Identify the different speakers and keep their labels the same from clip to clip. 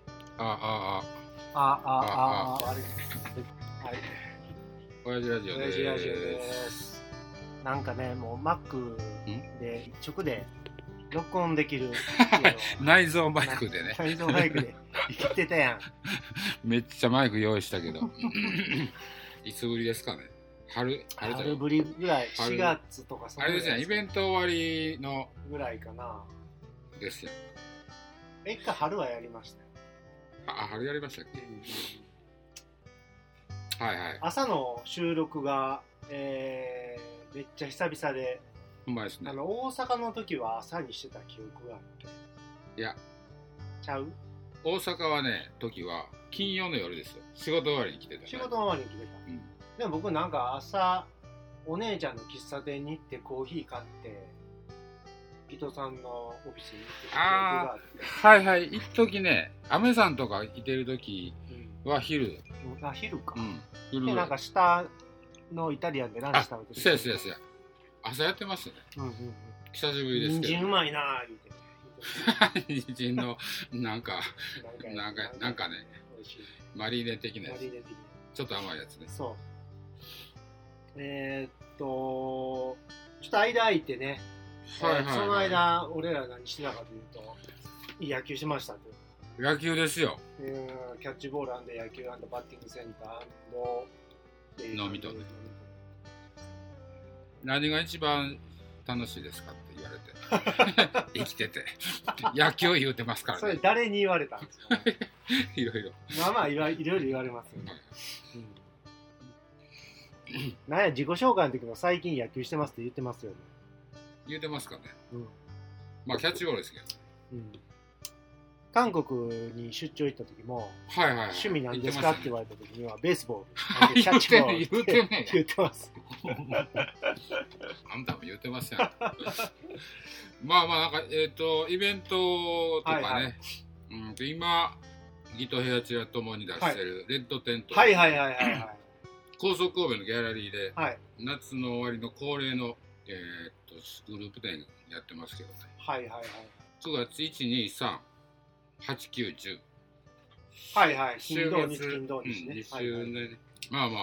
Speaker 1: ああ
Speaker 2: あああああはい
Speaker 1: あ、親父ラジオ
Speaker 2: 親
Speaker 1: で。
Speaker 2: 父ラジオですすなんかねもう Mac で一直で録音できる
Speaker 1: 内蔵 マイクでね、
Speaker 2: 改造バイクで生きてたやん
Speaker 1: めっちゃマイク用意した けど、いつぶりですかね。春、春だ
Speaker 2: 春
Speaker 1: よ。
Speaker 2: ぶりぐらい
Speaker 1: 春
Speaker 2: 4月とかそ
Speaker 1: あれですね、イベント終わりの
Speaker 2: トぐらいかな
Speaker 1: ですよ。
Speaker 2: え一回春はやりましたよ
Speaker 1: あ、あ春やりましたっけはいはい。
Speaker 2: 朝の収録がえーめっちゃ久々で
Speaker 1: うまいですね
Speaker 2: あ。の大阪の時は朝にしてた記憶があって
Speaker 1: いや、
Speaker 2: ちゃう
Speaker 1: 大阪はね、時は金曜の夜ですよ。仕事終わりに来てた、ね。
Speaker 2: 仕事の前に決めた、
Speaker 1: うん
Speaker 2: でも僕なんか朝お姉ちゃんの喫茶店に行ってコーヒー買ってピトさんのオフィスに行って記憶があって
Speaker 1: はいはい。一時ね、アメさんとかいてる時は昼。
Speaker 2: うんあ昼か、
Speaker 1: うん。昼ぐ
Speaker 2: で
Speaker 1: ら
Speaker 2: ないんか下のイタリアンでランチ食べて
Speaker 1: そうやそうやそうや朝やってますね
Speaker 2: うんうんうん
Speaker 1: 久しぶりです
Speaker 2: 人
Speaker 1: け
Speaker 2: 参う
Speaker 1: ど
Speaker 2: まいなぁ言うて
Speaker 1: 人参のなんかなん
Speaker 2: な
Speaker 1: んか
Speaker 2: かや
Speaker 1: なんかね
Speaker 2: 美味しい
Speaker 1: マリーネ的なや
Speaker 2: 割り
Speaker 1: つ
Speaker 2: 出てきて
Speaker 1: ちょっと甘いやつね
Speaker 2: そうえー、っとちょっと間空いてね、
Speaker 1: はいはい、
Speaker 2: えーその
Speaker 1: はい、
Speaker 2: 間俺ら何してたかというといい野球しましたという
Speaker 1: 野球ですよ
Speaker 2: えーキャッチボール野球バッティングセンター
Speaker 1: のみとね何が一番楽しいですかって言わ れて生きてて野球言うてますか
Speaker 2: そ
Speaker 1: ら
Speaker 2: れ
Speaker 1: ね
Speaker 2: 誰に言われたんですか
Speaker 1: いろいろ
Speaker 2: まあまあいわいろいろ言われますよね、なんや自己紹介の時も最近野球してますって言ってますよね
Speaker 1: 言うてますからね
Speaker 2: うん、
Speaker 1: まあキャッチボールですけど
Speaker 2: うん、韓国に出張行った時も
Speaker 1: はいはい、はい、
Speaker 2: 趣味なんですかって言
Speaker 1: わ
Speaker 2: われた時にはベースボール
Speaker 1: れ 言うてね言うてね
Speaker 2: 言ってます
Speaker 1: あんたも言ってません。まあまあ、なんか、えっ、と、イベントとかね、
Speaker 2: はいは
Speaker 1: うんと今、ギトヘアチラともに出してる、レッドテント、
Speaker 2: はいはいはいはいはい
Speaker 1: 高速神戸のギャラリーで、
Speaker 2: はい
Speaker 1: 夏の終わりの恒例の、えっとグループ展やってますけどね、
Speaker 2: はいはいはい
Speaker 1: 9月1、2、3、8、9、10。
Speaker 2: はいはい金
Speaker 1: 週
Speaker 2: 土日
Speaker 1: 月
Speaker 2: 金土日ね、
Speaker 1: うん、一
Speaker 2: はいは
Speaker 1: 周
Speaker 2: い
Speaker 1: 年、まあま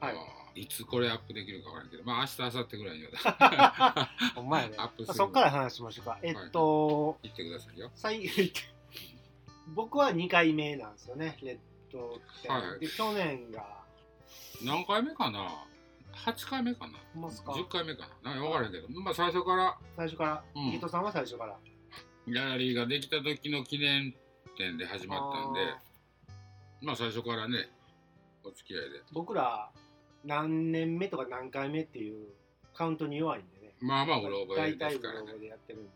Speaker 1: あ、
Speaker 2: はい
Speaker 1: まあいつこれアップできるかわからんけど、まあ明日、明後日ぐらいには
Speaker 2: ほんまやね。
Speaker 1: ア
Speaker 2: ま
Speaker 1: ップす
Speaker 2: あ
Speaker 1: る
Speaker 2: そっから話しましょうか。えっ と、
Speaker 1: 行ってくださいよ。
Speaker 2: 最僕は2回目なんですよね、レッドって。
Speaker 1: はい
Speaker 2: で、去年が、
Speaker 1: 何回目かな ?8 回目かな
Speaker 2: ほんまっすか
Speaker 1: ?10 回目かななんか分からへんけど、まあ最初から
Speaker 2: 最初から、
Speaker 1: うん
Speaker 2: 伊藤さんは最初から。
Speaker 1: ギャラリーができた時の記念展で始まったんで、
Speaker 2: あー
Speaker 1: まあ最初からね、お付き合いで。
Speaker 2: 僕ら、何年目とか何回目っていうカウントに弱いんでね。
Speaker 1: まあまあ、うろ覚え
Speaker 2: 大
Speaker 1: で
Speaker 2: 体
Speaker 1: す
Speaker 2: グ
Speaker 1: か
Speaker 2: ロ
Speaker 1: ら
Speaker 2: ー
Speaker 1: ね。
Speaker 2: ブでやってるんで。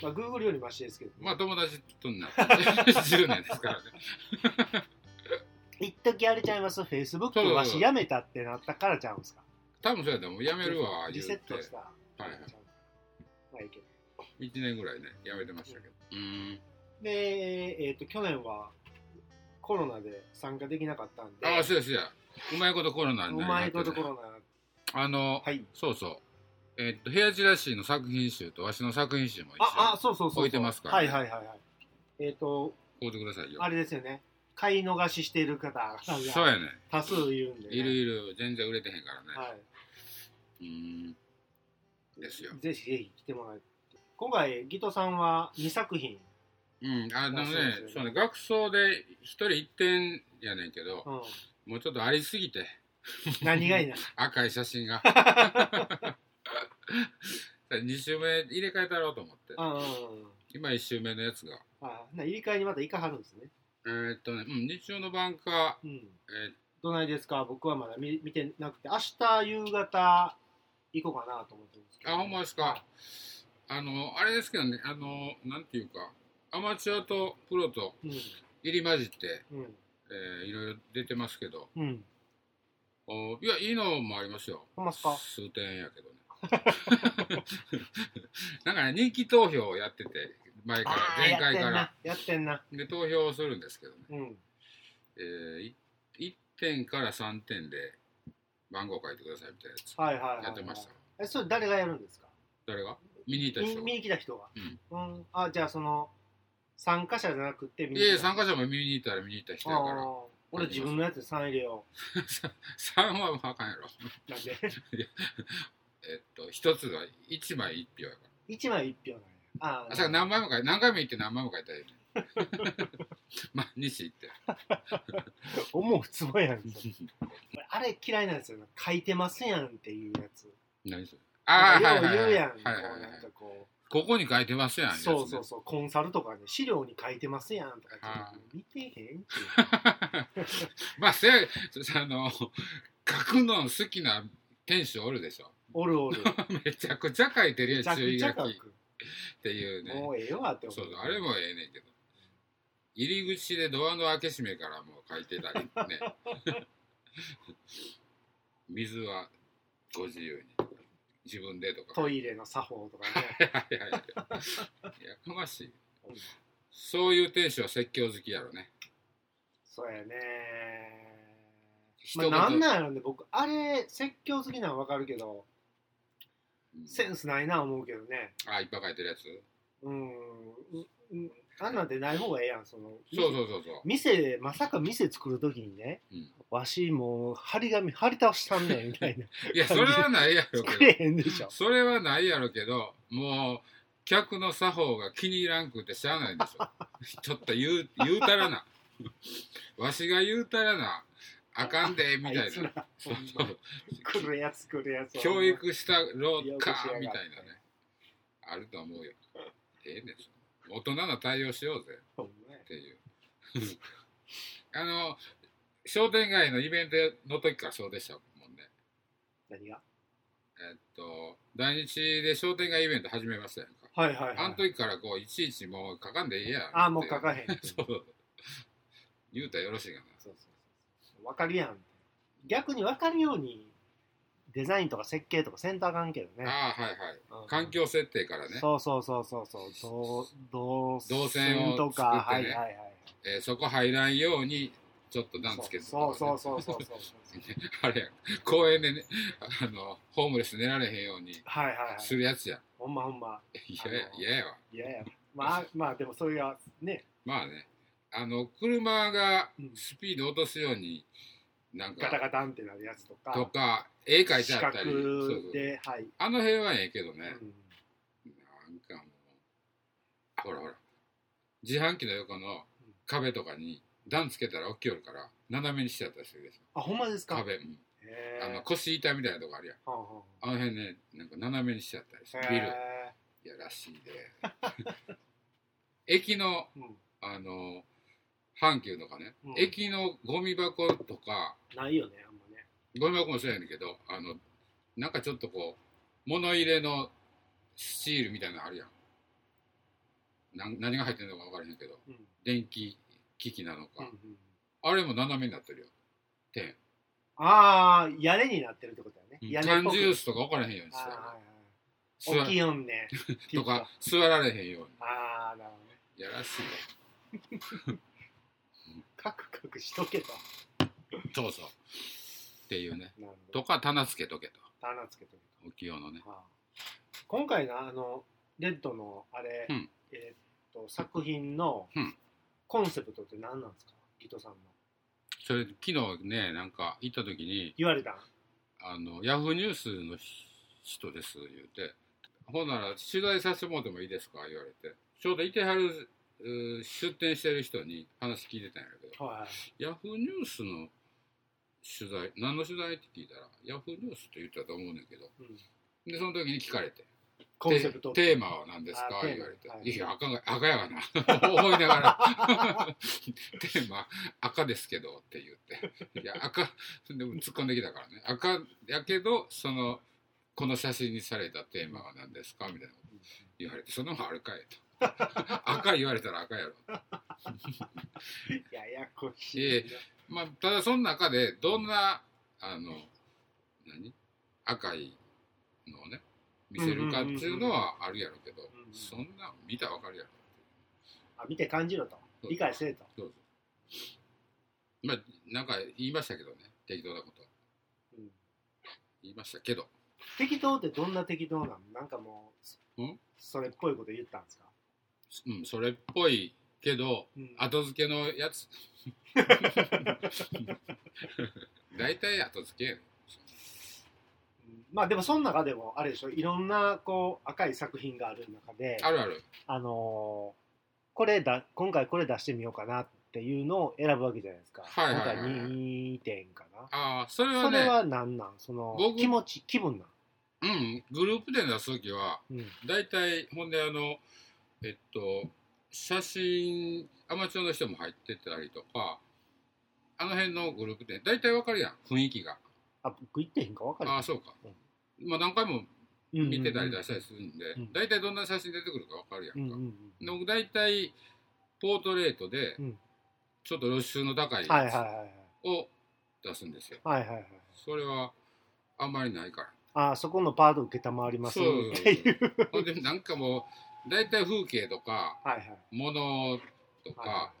Speaker 2: まあ、Google よりマシですけど、
Speaker 1: まあ友達となって、10年ですからね。
Speaker 2: 一時あれちゃいます、Facebook
Speaker 1: そうそう
Speaker 2: わしやめたってなったからちゃうんすか。
Speaker 1: 多分そうやったらもうやめるわ、
Speaker 2: リ
Speaker 1: 言う
Speaker 2: セ
Speaker 1: て
Speaker 2: ッ、トした。
Speaker 1: はい
Speaker 2: まあいいけど
Speaker 1: 1年ぐらいね、やめてましたけど。うーん。
Speaker 2: で、えー、と去年はコロナで参加できなかったんで、
Speaker 1: ああ、そうやそうや。うまいことコロナに
Speaker 2: う
Speaker 1: なり
Speaker 2: ま
Speaker 1: ま
Speaker 2: い
Speaker 1: し
Speaker 2: こと
Speaker 1: た
Speaker 2: コ
Speaker 1: ね。
Speaker 2: ロナ、
Speaker 1: あの、
Speaker 2: はい、
Speaker 1: そうそう。えっと、部屋チラシの作品集とわしの作品集も一緒に
Speaker 2: ああ、そうそうそうそう、
Speaker 1: 置いてますからね
Speaker 2: はいはいはいはい。えっ、と、
Speaker 1: 買うてくださいよ
Speaker 2: あ。れですよね、買い逃ししている方が
Speaker 1: そうやね。
Speaker 2: 多数いるんで、ね、
Speaker 1: いるいる、全然売れてへんからね。
Speaker 2: は
Speaker 1: うーん。ですよ
Speaker 2: い、。ぜひぜひ来てもらって、今回、ギトさんは2作品、
Speaker 1: うん、あのね
Speaker 2: そうですよね、
Speaker 1: そうね、学装で一人一点やねんけど
Speaker 2: う、ん、
Speaker 1: もうちょっとありすぎて、
Speaker 2: 何がいい な、
Speaker 1: 赤い写真が。2周目入れ替えたろうと思って
Speaker 2: う、んうんうん
Speaker 1: 今1周目のやつが。
Speaker 2: あな入れ替えにまた行かはるんですね。
Speaker 1: えーっとね、うん、日曜の晩か、
Speaker 2: うん
Speaker 1: えー
Speaker 2: どないですか僕はまだ見見てなくて明日夕方行こうかなと思ってるんですけど
Speaker 1: あ、ほんまですか。あの、あれですけどね、あの、なんていうか、アマチュアとプロと
Speaker 2: うん
Speaker 1: 入り混じって、
Speaker 2: うん
Speaker 1: えーいろいろ出てますけど、
Speaker 2: うん
Speaker 1: おいや、いいのもありますよ。
Speaker 2: ほんまっすか
Speaker 1: 数点やけどね。 なんかね、人気投票をやってて、前から、
Speaker 2: あー
Speaker 1: 前回から。
Speaker 2: やってんな
Speaker 1: で、投票をするんですけどね。
Speaker 2: やってんなうん
Speaker 1: えー、1点から3点で番号書いてくださいみたいなやつ。
Speaker 2: はいはいはいはい
Speaker 1: やってました。
Speaker 2: えそれ誰がやるんですか
Speaker 1: 誰が見に行った
Speaker 2: 見
Speaker 1: 人
Speaker 2: 見に来た人がうんあじゃあその参加者じゃなくてみ
Speaker 1: いやいや参加者も見に行ったら見に行った人や
Speaker 2: あ
Speaker 1: か
Speaker 2: ー俺自分のやつ3入れよ
Speaker 1: ら。3はもうあかんやろ。
Speaker 2: うなん で
Speaker 1: えっと、1つは1枚1票やから。
Speaker 2: 1枚1票なんやあ
Speaker 1: あ、それ何枚も書い何回も行って何枚も書いたらいいね。 毎日行って。
Speaker 2: 思うつぼやん あれ嫌いなんですよ書いてますやんっていうやつ
Speaker 1: 何それ。
Speaker 2: な
Speaker 1: あ
Speaker 2: ん
Speaker 1: あ、
Speaker 2: か
Speaker 1: はい
Speaker 2: よう
Speaker 1: はいは
Speaker 2: 言う
Speaker 1: い。
Speaker 2: やん、
Speaker 1: はいはいは
Speaker 2: こう
Speaker 1: い
Speaker 2: なんかこ
Speaker 1: ここに書いてますやん
Speaker 2: う、
Speaker 1: やつね。
Speaker 2: そうそうそうコンサルとかね資料に書いてますやんとか言って
Speaker 1: あ
Speaker 2: 見てへんっていう
Speaker 1: まあ、せや、そあの、書くの好きな店主おるでしょ。
Speaker 2: おるお る
Speaker 1: めちゃくちゃ書いてる
Speaker 2: め
Speaker 1: や
Speaker 2: ちゃ
Speaker 1: つ、注
Speaker 2: く
Speaker 1: 意
Speaker 2: ちゃ
Speaker 1: 書
Speaker 2: 書
Speaker 1: きっ
Speaker 2: く
Speaker 1: ていうね。
Speaker 2: もうええわって思う
Speaker 1: そうそう、あれもええねんけど。入り口でドアの開け閉めからもう書いてたりね。 水はご自由に。自分でとか。
Speaker 2: トイレの作法とかね
Speaker 1: いやいやいや。やかましい。そういう店主は説教好きやろね。
Speaker 2: そうやね
Speaker 1: 一
Speaker 2: まあ、
Speaker 1: 言
Speaker 2: なんなんやろね僕あれ説教好きなの分かるけど
Speaker 1: うん
Speaker 2: センスないな思うけどね
Speaker 1: あ、いっぱい書いてるやつ
Speaker 2: うんううんあんなんてない方がええやんその
Speaker 1: そうそうそうそう。
Speaker 2: 店でまさか店作る時にね、
Speaker 1: うん
Speaker 2: わしもう張り紙張り倒したんねんみたいな
Speaker 1: い や、それはないやろう
Speaker 2: 作
Speaker 1: けど
Speaker 2: れ。へんでしょ
Speaker 1: それはないやろうけど、もう、客の作法が気に入らんくてしゃあないでしょ。 ちょっと言う、言うたらな。わしが言うたらな、あかんで、みた
Speaker 2: あ
Speaker 1: い
Speaker 2: つら
Speaker 1: な。そう
Speaker 2: ほ
Speaker 1: そ
Speaker 2: んま
Speaker 1: う。
Speaker 2: 来るやつ来るやつ
Speaker 1: 教育したろ
Speaker 2: よ
Speaker 1: う
Speaker 2: くしや
Speaker 1: か
Speaker 2: がって、
Speaker 1: みたいなね。あると思うよ。ええねんそんな大人の対応しようぜ。
Speaker 2: ほんまや
Speaker 1: っていう あの商店街のイベントの時からそうでしたもんね
Speaker 2: 何が
Speaker 1: えっと来日で商店街イベント始めましたやんか、
Speaker 2: はいはいは
Speaker 1: あの
Speaker 2: い
Speaker 1: 時からこういちいちもう書かんでいいやん
Speaker 2: ああもう書かへん
Speaker 1: そう言うたらよろしいかな
Speaker 2: そうそうそう分かるやん逆に分かるようにデザインとか設計とかセンター関係どね、
Speaker 1: ああはいはい
Speaker 2: うん
Speaker 1: 環境設定からね、
Speaker 2: そうそうそうそうそう動
Speaker 1: 動線を
Speaker 2: とか、
Speaker 1: 作
Speaker 2: は
Speaker 1: って
Speaker 2: いは
Speaker 1: ね
Speaker 2: いはい
Speaker 1: えーそこ入らんようにちょっと段つけて
Speaker 2: そうそうそうそうそうそう
Speaker 1: あれや公園でねあのホームレス寝られへんように
Speaker 2: はいはいはい
Speaker 1: するやつやん
Speaker 2: ほんまほんま
Speaker 1: 嫌や
Speaker 2: あの
Speaker 1: 嫌やわ
Speaker 2: いやいやまあまあでもそれがね
Speaker 1: まあね、あの車が
Speaker 2: うん
Speaker 1: スピード落とすように、なん
Speaker 2: ガタ
Speaker 1: か
Speaker 2: ガタンってなるやつとか
Speaker 1: とか、絵描いて
Speaker 2: 四
Speaker 1: あった
Speaker 2: 角
Speaker 1: り、そうそう
Speaker 2: ではい、
Speaker 1: あの辺はええけど
Speaker 2: う
Speaker 1: ね、
Speaker 2: ん
Speaker 1: なんかもう、ほらほら、自販機の横の壁とかに段つけたら起きよるから、斜めにしちゃったりするでしょ、
Speaker 2: あほんまですか
Speaker 1: 壁、うん
Speaker 2: へー
Speaker 1: あの腰板みたいなとこあるやん、
Speaker 2: はんはんはん
Speaker 1: あの辺ね、なんか斜めにしちゃったりする、ビル、
Speaker 2: へ
Speaker 1: いやらしいで。駅の
Speaker 2: ーうん
Speaker 1: あの阪急とかね、
Speaker 2: うん
Speaker 1: 駅のゴミ箱とか
Speaker 2: ないよねあんまね
Speaker 1: ゴミ箱もそうやねんけどあのなんかちょっとこう物入れのシールみたいなのあるやんなん何が入ってるのか分からへんけど
Speaker 2: うん
Speaker 1: 電気機器なの
Speaker 2: うん
Speaker 1: か、
Speaker 2: うん
Speaker 1: あれも斜めになってるよ点
Speaker 2: ああ屋根になってるってことだよね、屋根っ
Speaker 1: 缶
Speaker 2: ぽく
Speaker 1: ジュースとか分からへんように
Speaker 2: あ
Speaker 1: し
Speaker 2: ー
Speaker 1: たら
Speaker 2: はいはい大きいよんね
Speaker 1: とか座られへんよう
Speaker 2: ああなるほどね
Speaker 1: にやらしいわ
Speaker 2: カクカクしとけと
Speaker 1: そうそうっていうね
Speaker 2: なるほ
Speaker 1: と
Speaker 2: ど
Speaker 1: か棚つけとけと
Speaker 2: 棚つけとけ
Speaker 1: 浮世のね
Speaker 2: と、あー今回のあのレッドのあれ、
Speaker 1: うん
Speaker 2: えーっと作品の
Speaker 1: うん
Speaker 2: コンセプトって何なんですかギトさんの
Speaker 1: それ昨日ねなんか行った時に
Speaker 2: 言われたん
Speaker 1: あの、ヤフーニュースの人です、言うて。ほんなら、取材させてもらってもいいですか言われて。ちょうどいてはる、うー出店してる人に話聞いてたんやけど、
Speaker 2: はい
Speaker 1: ヤフーニュースの取材、何の取材って聞いたら、ヤフーニュースって言ったと思うねんだけど、
Speaker 2: うん
Speaker 1: で、その時に聞かれて、
Speaker 2: コンセプト
Speaker 1: テテーマは何ですか
Speaker 2: あテーマ
Speaker 1: 言われて、
Speaker 2: はい
Speaker 1: い、や、赤が、赤やがな、思いなが ら、 テーマ、赤ですけどって言って、いや、赤、でも突っ込んできたからね、赤やけど、その、この写真にされたテーマは何ですかみたいなこと
Speaker 2: うん
Speaker 1: 言われて、そのもんあるかいと。 赤言われたら赤やろ。
Speaker 2: ややこしい
Speaker 1: ま
Speaker 2: な
Speaker 1: あ、ただその中で、どんな、あの、何赤いのをね、見せるかっていうのはあるやろうけど
Speaker 2: うんうん、
Speaker 1: そんなん見たらわかるやろ。
Speaker 2: あ見て感じろと
Speaker 1: そう
Speaker 2: 理解せえと
Speaker 1: どうぞ。まあ、なんか言いましたけどね、適当なこと。
Speaker 2: うん
Speaker 1: 言いましたけど。
Speaker 2: 適当ってどんな適当なのなんかもう、
Speaker 1: うん
Speaker 2: それっぽいこと言ったんですか
Speaker 1: うん、それっぽいけど、
Speaker 2: うん
Speaker 1: 後付けのや つ。大体後付けやね
Speaker 2: まあでもその中でもあれでしょいろんなこう赤い作品がある中で
Speaker 1: あるある。
Speaker 2: あのーこれだ今回これ出してみようかなっていうのを選ぶわけじゃないですか、
Speaker 1: はいはいはい
Speaker 2: 今回2点かな
Speaker 1: ああ、それ
Speaker 2: そ
Speaker 1: は
Speaker 2: れ
Speaker 1: ね、
Speaker 2: は何なんその
Speaker 1: 僕
Speaker 2: 気持ち気分なん、
Speaker 1: うん、グループで出すときは、
Speaker 2: うん
Speaker 1: 大体、ほんで、あの、えっと、写真、アマチュアの人も入ってたりとか、あの辺のグループで、大体わかるやん、雰囲気が。
Speaker 2: あ僕言ってへんか分かる
Speaker 1: ああ、そうか。まあ、何回も
Speaker 2: うん
Speaker 1: 見てたり出したりするんで
Speaker 2: うんうん、
Speaker 1: 大体どんな写真出てくるかわかるや
Speaker 2: うん
Speaker 1: ん
Speaker 2: う
Speaker 1: か
Speaker 2: ん。うん
Speaker 1: の大体ポートレートで
Speaker 2: うん
Speaker 1: ちょっと露出の高い
Speaker 2: はいはい
Speaker 1: や
Speaker 2: は
Speaker 1: つを出すんですよ。
Speaker 2: いはいはいはいはい
Speaker 1: それはあんまりないか
Speaker 2: あそこのパート承り
Speaker 1: ら。
Speaker 2: ます
Speaker 1: そう
Speaker 2: っていう。
Speaker 1: ほんでなんかもう大体風景とか
Speaker 2: はいはい
Speaker 1: 物と
Speaker 2: はいは
Speaker 1: か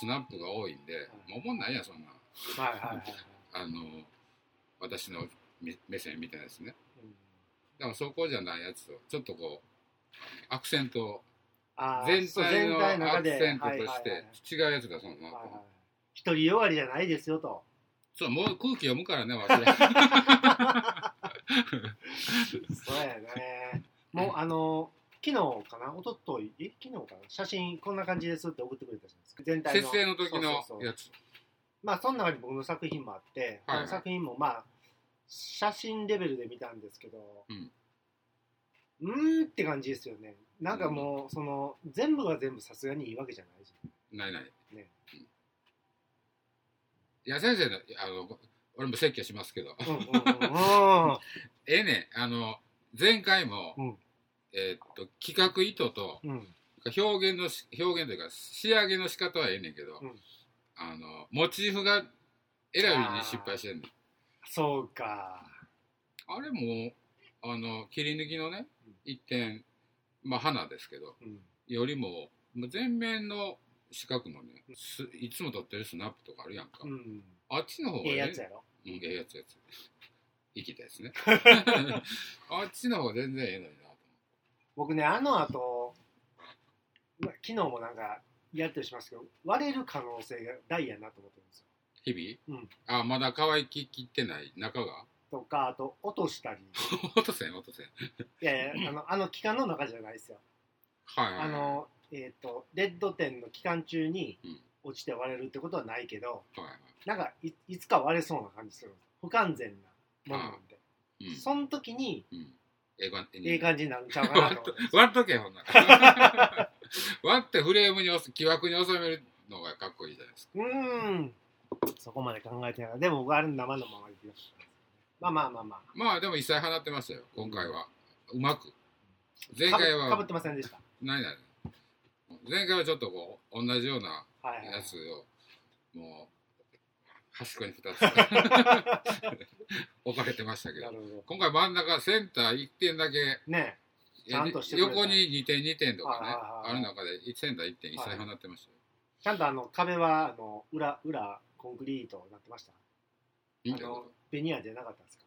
Speaker 1: スナップが多いんで、もうおもんないやんそんな。
Speaker 2: いはいはいはい
Speaker 1: あの私の目目線みたいなですね。
Speaker 2: うん
Speaker 1: だからそこじゃないやつをちょっとこうアクセントを
Speaker 2: あー
Speaker 1: 全
Speaker 2: そう
Speaker 1: 体の
Speaker 2: 全体
Speaker 1: アク
Speaker 2: で
Speaker 1: セント
Speaker 2: はい
Speaker 1: と
Speaker 2: はい
Speaker 1: し
Speaker 2: はい
Speaker 1: て違うやつだその
Speaker 2: はいはい一人弱りじゃないですよと。
Speaker 1: そうもう空気読むからね 私
Speaker 2: そうやね。もうあの昨日かな、一昨日え昨日かな、写真こんな感じですって送ってくれたじゃないですか。全体の
Speaker 1: 節制の時の
Speaker 2: そうそうそう
Speaker 1: やつ
Speaker 2: まあその中に僕の作品もあって、
Speaker 1: はいはい
Speaker 2: あの作品もまあ写真レベルで見たんですけど、
Speaker 1: うん
Speaker 2: うーんって感じですよね。なんかもう、その全部が全部さすがにいいわけじゃ ないし。
Speaker 1: ないない、
Speaker 2: ね
Speaker 1: うんいや先生のあの俺も説教しますけど
Speaker 2: うんうんうんうん
Speaker 1: ええねんあの前回も、
Speaker 2: うん
Speaker 1: えーっと企画意図と
Speaker 2: うん
Speaker 1: 表現のし表現というか仕上げの仕方はええねんけど、
Speaker 2: うん
Speaker 1: あのモチーフが選びに失敗してんねん
Speaker 2: そうか。
Speaker 1: あれもあの切り抜きのね
Speaker 2: うん
Speaker 1: 一点まあ花ですけど
Speaker 2: うん
Speaker 1: よりももう全面の四角のねすいつも撮ってるスナップとかあるやんか、
Speaker 2: うん。
Speaker 1: あっちの方が
Speaker 2: ええや
Speaker 1: ね
Speaker 2: つやろ。
Speaker 1: うんええやつやつ生きたやつ ね あっちの方が全然ええのになと
Speaker 2: 僕ね、あの後、まあ、昨日もなんかやったりしますけど、割れる可能性が大やなと思ってるんですよ。
Speaker 1: 日々、
Speaker 2: うん
Speaker 1: あまだ乾ききってない中が
Speaker 2: とか、あと、落としたり。
Speaker 1: 落とせん落とせん
Speaker 2: いや いや、あの、あの期間の中じゃないですよ。
Speaker 1: はいはいはい
Speaker 2: あの、えっ、と、レッド店の期間中に
Speaker 1: うん
Speaker 2: 落ちて割れるってことはないけど、
Speaker 1: はいはい
Speaker 2: なんかい、いつか割れそうな感じするんです不完全なものなんで。
Speaker 1: うん
Speaker 2: その時に、
Speaker 1: うんええ感じ
Speaker 2: ええ感じになるんちゃうかな
Speaker 1: 割
Speaker 2: と
Speaker 1: っ と
Speaker 2: 思って。
Speaker 1: 割っとけほんな ら 割ってフレームに収め木枠に収めるのがかっこいいじゃないですか
Speaker 2: うーん。そこまで考えてなかった。でも僕あれ生のままできました。まあまあまあまあ。
Speaker 1: まあでも一切放ってましたよ今回はうまく前
Speaker 2: かぶ
Speaker 1: 回
Speaker 2: かぶっ
Speaker 1: は
Speaker 2: てませんでした。
Speaker 1: ないない前回はちょっとこう同じような
Speaker 2: はいはい、
Speaker 1: やつをもう端っこに2つ置かれてましたけ
Speaker 2: な
Speaker 1: ど
Speaker 2: るほ
Speaker 1: 今回真ん中センター1点だけ
Speaker 2: ど。ねちゃんとしてくれた
Speaker 1: 横に2点2点とかね
Speaker 2: はいはいはい
Speaker 1: ある中でセンター1点一切放ってましたよ
Speaker 2: ちゃんとあの壁はあの裏、裏、コンクリートになってました。
Speaker 1: いいん
Speaker 2: あ
Speaker 1: だよ
Speaker 2: の、ベニヤじゃなかったんですか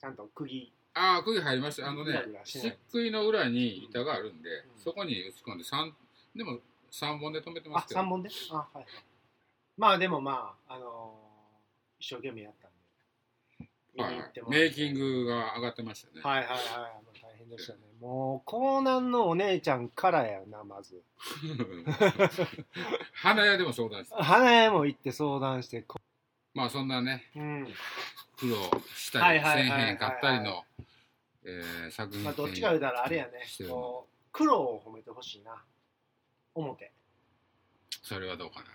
Speaker 2: ちゃんと釘。
Speaker 1: ああ、釘入りました。あの
Speaker 2: ぐ
Speaker 1: ね
Speaker 2: らぐ、らしな
Speaker 1: 漆
Speaker 2: い
Speaker 1: 喰の裏に板があるんで、
Speaker 2: うん
Speaker 1: そこに打ち込んで、三でも3本で止めてま
Speaker 2: あ
Speaker 1: す、けど、
Speaker 2: 3本であ、はいはい。まあでもまあ、あのー一生懸命やったんで。
Speaker 1: はい
Speaker 2: 見に
Speaker 1: は
Speaker 2: 行
Speaker 1: い
Speaker 2: ってもらっ
Speaker 1: メ
Speaker 2: て
Speaker 1: イキン。グが上がってましたね。
Speaker 2: はいはいはい。もう大変でしたね。もう、江南のお姉ちゃんからやな、まず。
Speaker 1: 花屋でも相談して、
Speaker 2: 花屋も行って相談して、こ
Speaker 1: まあそんなね、
Speaker 2: うん。
Speaker 1: 苦労したり、
Speaker 2: はいはいはいはい
Speaker 1: せんへん買ったりの、えー作品
Speaker 2: まあ、どっちか言うたらあれやね
Speaker 1: して、るの
Speaker 2: こう、苦労を褒めてほしいな。表。
Speaker 1: それはどうかな。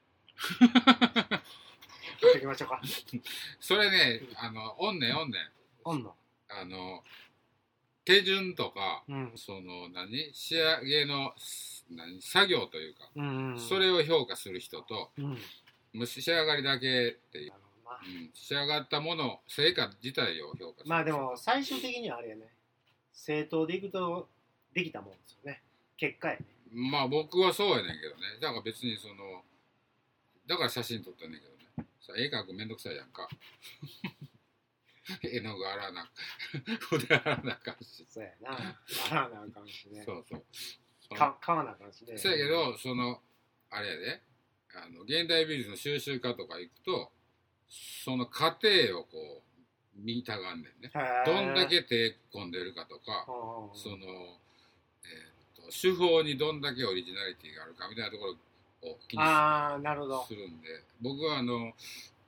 Speaker 2: 言っておきましょうか。
Speaker 1: それね、あの、おんねんおんねん。
Speaker 2: おんの。
Speaker 1: あの、手順とか、
Speaker 2: うん。
Speaker 1: その何仕上げの何作業というか、
Speaker 2: うん、うん。
Speaker 1: それを評価する人と
Speaker 2: うん。なる
Speaker 1: もう仕上がりだけっていう、
Speaker 2: ほどな
Speaker 1: うん、仕上がったもの成果自体を評価する
Speaker 2: まあでも、最終的にはあれやね。正当でいくと、できたもんですよね。結果やね。
Speaker 1: まあ僕はそうやねんけどねだから別にそのだから写真撮ったんねんけどねさ絵描くめんどくさいやん か絵の具洗わな筆洗わなあかんし、
Speaker 2: そうやな。あらなあかんしね。
Speaker 1: そうそうそ
Speaker 2: か買わなあかんしね
Speaker 1: そうやけどそのあれやであの現代美術の収集家とか行くとその過程をこう見たがんねんね
Speaker 2: へー
Speaker 1: どんだけ手込んでるかとか
Speaker 2: うんうんうん
Speaker 1: その、えーっと手法にどんだけオリジナリティがあるかみたいなところを気に
Speaker 2: ああなるほど
Speaker 1: するんで僕はあの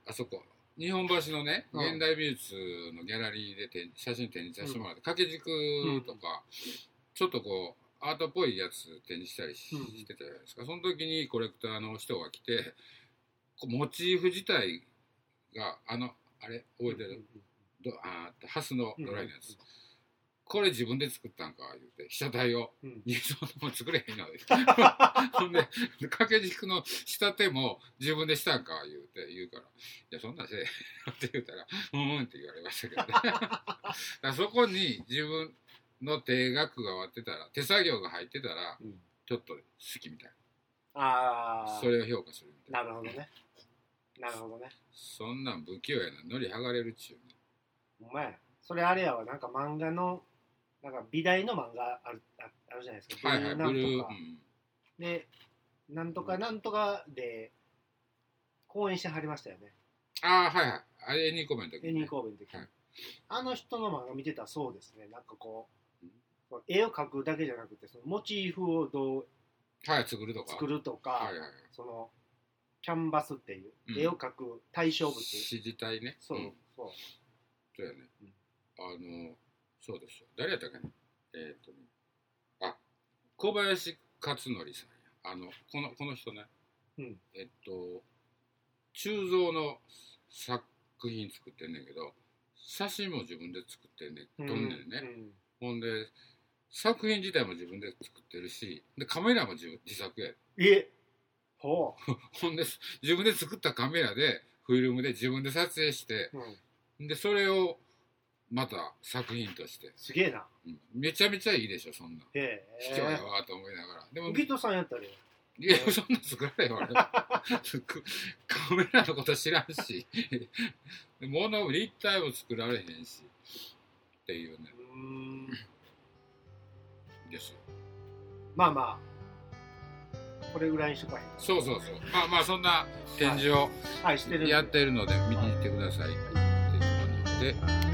Speaker 1: あそこ日本橋のね
Speaker 2: うん
Speaker 1: 現代美術のギャラリーで展写真展示させてもらって、掛け軸とか、ちょっとこうアートっぽいやつ展示したりし
Speaker 2: うん
Speaker 1: してたじゃないですかその時にコレクターの人が来てこうモチーフ自体があのあれ覚えてる、どあーってハスのドライのやつ、
Speaker 2: うん
Speaker 1: これ自分で作ったんか言うて被写体を
Speaker 2: うんうん
Speaker 1: いやそんなもん作れへんの ほんで掛け軸の仕立ても自分でしたんか言うて言うから「いやそんなんせえへんよ」って言うたら「うんうん」って言われましたけど ねだからそこに自分の手が加わってたら手作業が入ってたら
Speaker 2: うん
Speaker 1: ちょっと好きみたい
Speaker 2: あ
Speaker 1: な
Speaker 2: あ
Speaker 1: それを評価するみたいな
Speaker 2: なるほどねなるほどね
Speaker 1: そんなん不器用やなのり剥がれるっちゅうね
Speaker 2: お前それあれやわなんか漫画のなんか美大の漫画あるああるじゃないですか
Speaker 1: はいはい
Speaker 2: ブ
Speaker 1: ブル
Speaker 2: ルー
Speaker 1: ー、
Speaker 2: なんと
Speaker 1: う
Speaker 2: か
Speaker 1: ん、
Speaker 2: でなんとかなんとかで講演してはりましたよね
Speaker 1: ああはいはいあれ2個目の時
Speaker 2: エニー神戸の時、
Speaker 1: はい
Speaker 2: あの人の漫画見てたらそうですねなんかこう
Speaker 1: うん
Speaker 2: こう絵を描くだけじゃなくてそのモチーフをどう
Speaker 1: はい作るとか
Speaker 2: 作るとか、
Speaker 1: はいはい
Speaker 2: そのキャンバスっていう
Speaker 1: うん
Speaker 2: 絵を描く対象物、
Speaker 1: 支持体ね
Speaker 2: そう、
Speaker 1: ん
Speaker 2: そう
Speaker 1: そうやね
Speaker 2: うん。
Speaker 1: あの、そうですよ。誰やったっけねえーっ、とね。あ、小林克典さんや。あの、この、この人ね。
Speaker 2: うん
Speaker 1: えっと、鋳造の作品作ってんねんけど、写真も自分で作ってんね、
Speaker 2: うんん
Speaker 1: 撮んねんね。ほんで、作品自体も自分で作ってるし、で、カメラも自分自作や。
Speaker 2: うんえほ
Speaker 1: ほんで、自分で作ったカメラで、フィルムで自分で撮影して、
Speaker 2: う、うん、
Speaker 1: で、それを、また作品として
Speaker 2: すげえな
Speaker 1: うんめちゃめちゃいいでしょそんなん
Speaker 2: へ
Speaker 1: 卑怯や
Speaker 2: え
Speaker 1: わと思いながらでも
Speaker 2: 浮人さんやったで
Speaker 1: いやそんなん作られへんわ 俺作カメラのこと知らんし 物を立体も作られへんしっていうね
Speaker 2: うーん
Speaker 1: ですよ
Speaker 2: まあまあこれぐらいにしとかへん
Speaker 1: そうそうそうまあまあそんな展示を
Speaker 2: はいしてるんで
Speaker 1: やってるので見に行ってくださいっていうことで